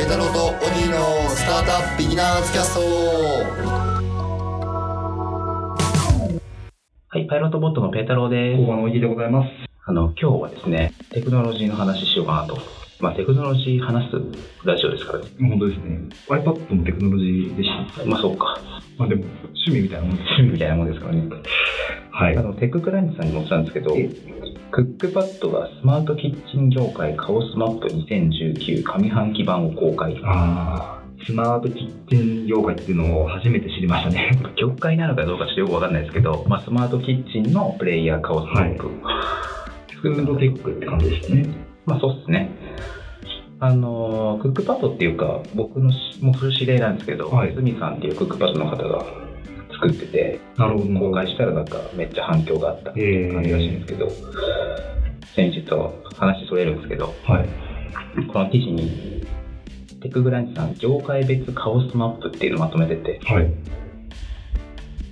イ太郎とオギーのスタートアップビギナーズキャストはい、パイロットボットのペータローです。のおぎでございます。あの、今日はですね、テクノロジーの話しようかなと。まあ、テクノロジー話すラジオですからね。本当ですね。iPad もテクノロジーでした。まあ、そうか。まあでも、趣味みたいなもんです。みたいなもんですからね。はあ。の、テッククライアントさんにもったんですけど、えクックパッドがスマートキッチン業界カオスマップ2019上半期版を公開。ああ、スマートキッチン業界っていうのを初めて知りましたね。業界なのかどうかちょっとよくわかんないですけど、まあ、スマートキッチンのプレイヤーカオスマップ。フードテックって感じでしたね。まあそうっすね。あのークックパッドっていうか僕のしもうそれ知り合いなんですけど、はいスミさんっていうクックパッドの方が作っててなるほ公ど。開したらなんかめっちゃ反響があったっていう感じらしいんですけど、先日と話それるんですけどはい。この記事にテクグランチさん業界別カオスマップっていうのまとめててはい。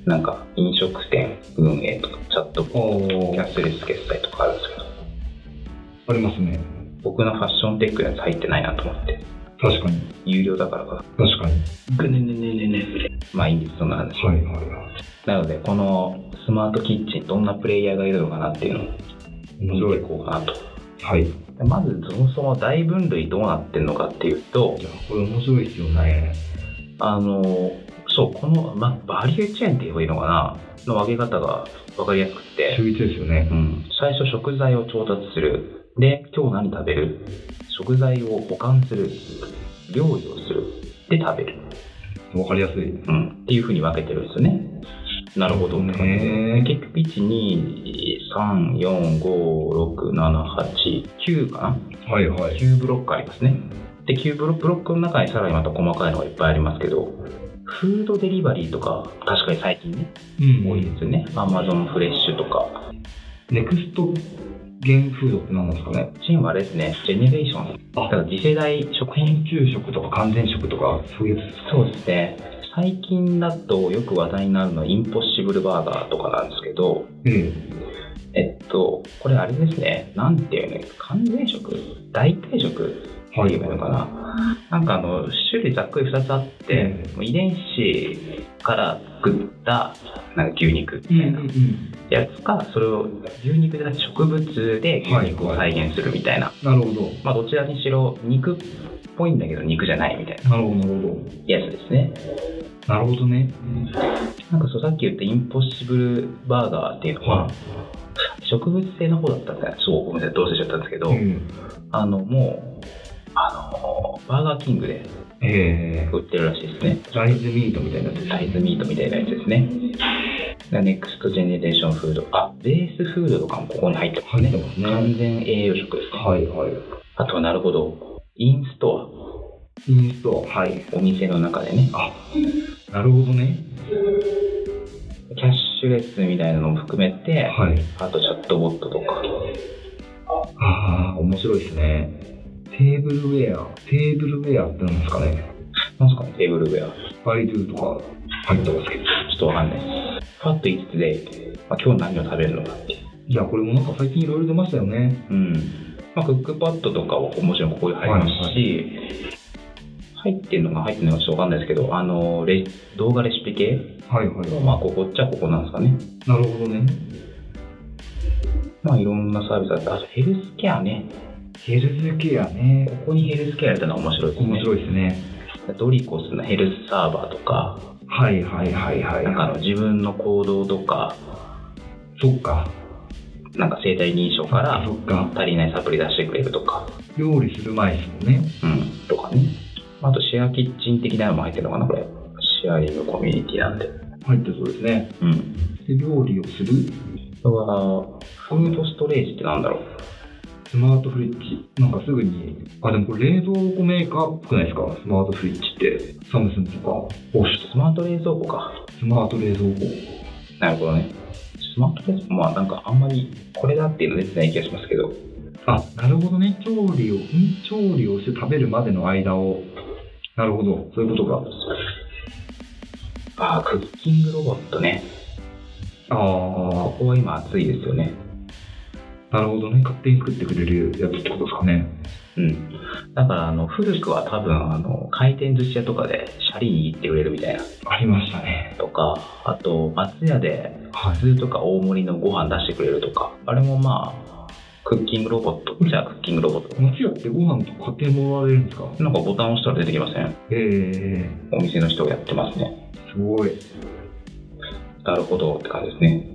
なんか飲食店運営とかチャットキおャッシュレス決済とかあるんですけどありますね。僕のファッションテックのやつ入ってないなと思って確かに。有料だからかな確かに。ぐねねねねねまあいいんですそんな話はいはいはい。なのでこのスマートキッチンどんなプレイヤーがいるのかなっていうのを面見白ていい。こうかなとはい。でまずそもそも大分類どうなってるのかっていうとじゃあ、これ面白いですよね。あのそうこの、ま、バリエーチェーンって言えばいいのかなの分け方が分かりやすくて秀逸ですよねう。ん、最初食材を調達するで今日何食べる食材を保管する料理をするで食べる、わかりやすい。うん、っていうふうに分けてるんですよねなるほどって感じでね結局1 2 3 4 5 6 7 8 9かなはいはい。 9ブロックありますねで9ブロブロックの中にさらにまた細かいのがいっぱいありますけどフードデリバリーとか確かに最近ねうん多いですよねアマゾンフレッシュとかネクストゲンフードって何なんですかねチームはあれですねジェネレーションだから次世代食品昆虫食とか完全食とかそういうやつそうですね最近だとよく話題になるのはインポッシブルバーガーとかなんですけどええっとこれあれですねなんていうの完全食代替食ってえは言えばいいのかななんかあの種類ざっくり2つあって、えもう遺伝子から作ったなんか牛肉うみんたういんうなんやつか、それを牛肉じゃなくて植物で牛肉を再現するみたいな、なるほどまあどちらにしろ肉っぽいんだけど肉じゃないみたいななるほどなるほやつですねどなるほどねなんかそうさっき言ったインポッシブルバーガーっていうのは、は植物性の方だったんだよそうごめんなさいどうせしちゃったんですけど、うんあのもうあのバーガーキングでえ売ってるらしいですねえライズミートみたいなやつサイズミートみたいなやつですねネクストジェネレーションフードあベースフードとかもここに入ってます入ねってますね完全栄養食ですね、はいはいあとはなるほどインストインストはいアお店の中でねあなるほどねキャッシュレスみたいなのも含めて、はいあとチャットボットとかああ面白いですねテーブルウェアテーブルウェアってなんですかねなんすかねテーブルウェアバイドゥとか入ってますけどちょっとわかんないです。パッと5つで、まあ、今日何を食べるのかっていう。いやこれもなんか最近いろいろ出ましたよねうん。まあ、クックパッドとかはもちろんここに入りますし、入ってるのが入ってるのかちょっとわかんないですけど、あのレ動画レシピ系はいはいは、まあ、ここっちゃここなんですかね。なるほどねまあ、いろんなサービスあって、あとヘルスケアね。ヘルスケアねここにヘルスケアやったのは面白いですね。面白いですねドリコスのヘルスサーバーとか、はいはいはいはいなんかあの自分の行動とか、そっかなんか生体認証からそっか足りないサプリ出してくれるとか。料理する前ですもんねうん、とかね。あとシェアキッチン的なのも入ってるのかな、これ。シェアリングコミュニティなんで。入ってそうですねうん。で料理をするあとは、フードストレージってなんだろう。スマートフリッジなんかすぐにあでもこれ冷蔵庫メーカーっぽくないですかスマートフリッジってサムスンとかオッシュスマート冷蔵庫か。スマート冷蔵庫なるほどね。スマート冷蔵庫、まあなんかあんまりこれだっていうの出てない気がしますけど、あなるほどね調理をん調理をして食べるまでの間をなるほどそういうことかあークッキングロボットね。あここは今熱いですよね。あなるほどね勝手に作ってくれるやつってことですかねうん。だから、あの、古くは多分、あの、回転寿司屋とかで、シャリ握ってくれるみたいな。ありましたね。とか、あと、松屋で、は普通とか大盛りのご飯出してくれるとか、あれもまあ、クッキングロボット、じゃあクッキングロボット。松屋ってご飯とか買ってもらえるんですかなんかボタン押したら出てきませんええお店の人がやってますね。すごい。なるほどって感じですね。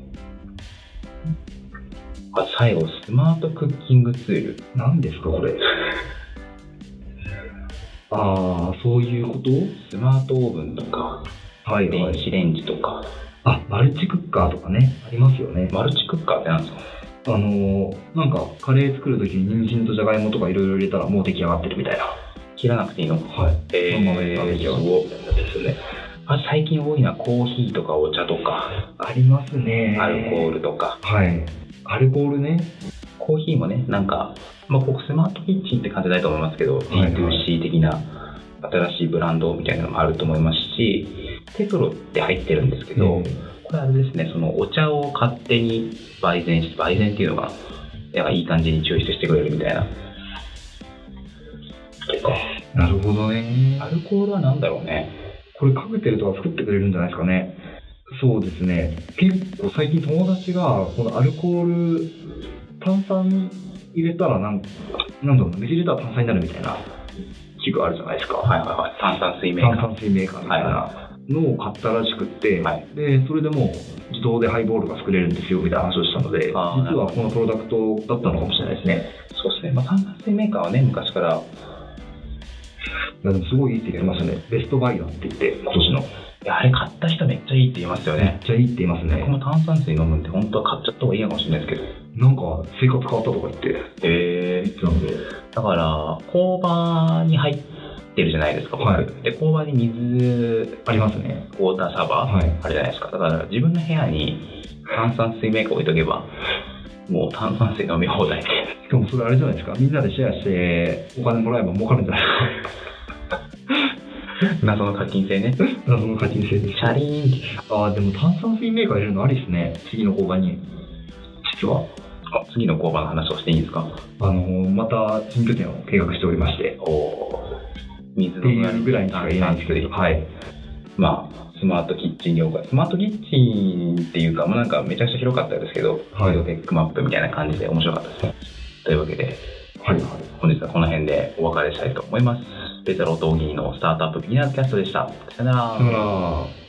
あ最後、スマートクッキングツール。何ですか、こ れ。ああ、そういうことスマートオーブンとか、はいは電い。子レンジとか、あ、マルチクッカーとかね、ありますよね。マルチクッカーってなんですかあのー、なんか、カレー作るときに人参とじゃがいもとかいろいろ入れたらもう出来上がってるみたいな。切らなくていいのはい。えそのままですー、すごいですね。あ最近多いのはコーヒーとかお茶とか、ありますね。アルコールとか、はい。アルコールね。コーヒーもね、なんか、まあ、ここスマートキッチンって感じないと思いますけど、いはい D2C 的な新しいブランドみたいなのもあると思いますし、テトロって入ってるんですけど、これあれですね、そのお茶を勝手に焙煎して、焙煎っていうのが、なんかいい感じに抽出してくれるみたいな。とか、なるほどね。アルコールは何だろうね。これカクテルとか作ってくれるんじゃないですかね。そうですね。結構最近友達が、このアルコール、炭酸入れたらなん、なんだろうな、水入れたら炭酸になるみたいな器具あるじゃないですか。はいはいはい、炭酸水メーカ炭ー。酸水メーカーみたいなのを買ったらしくって、はいで、それでもう自動でハイボールが作れるんですよみたいな話をしたので、実あーはこのプロダクトだったのかもしれないですね。そうですね、まあ、炭酸水メーカーはね、昔から、いやでもすごいいいって言ってますね。ベストバイだって言って、今年の。いやあれ買った人めっちゃいいって言いますよめね。っちゃいいって言います僕ね。も炭酸水飲むんで、本当は買っちゃった方がいいのかもしれないですなんか生活変わったとか言って、けど。へえ。なので。だから、工場に入ってるじゃないですか、僕。はいで、工場に水、ありますね。ウォーターサーバー、はい。あるじゃないですか。だから、自分の部屋に炭酸水メーカー置いとけば、もう炭酸水飲み 放題で。しかもそれあれじゃないですか。みんなでシェアして、お金もらえば儲かるんじゃない 謎の課金制ね。ですか。謎の課金制でシす。ャリーンって。ああ、でも炭酸水メーカー入れるのありですね。次の工場に。実は、あ次の工場の話をしていいんですかあのーまた新拠点を計画しておりまして。おおー。水っのていうぐらいにしか言えないんですけど。炭酸水はい。まあ、スマートキッチン業界。スマートキッチンっていうか、もうなんかめちゃくちゃ広かったですけど、はいビデオテックマップみたいな感じで面白かったですね。というわけで、はい。本日はこの辺でお別れしたいと思います。ベテラン大喜利のスタートアップビギナーズキャストでした。さよならだから、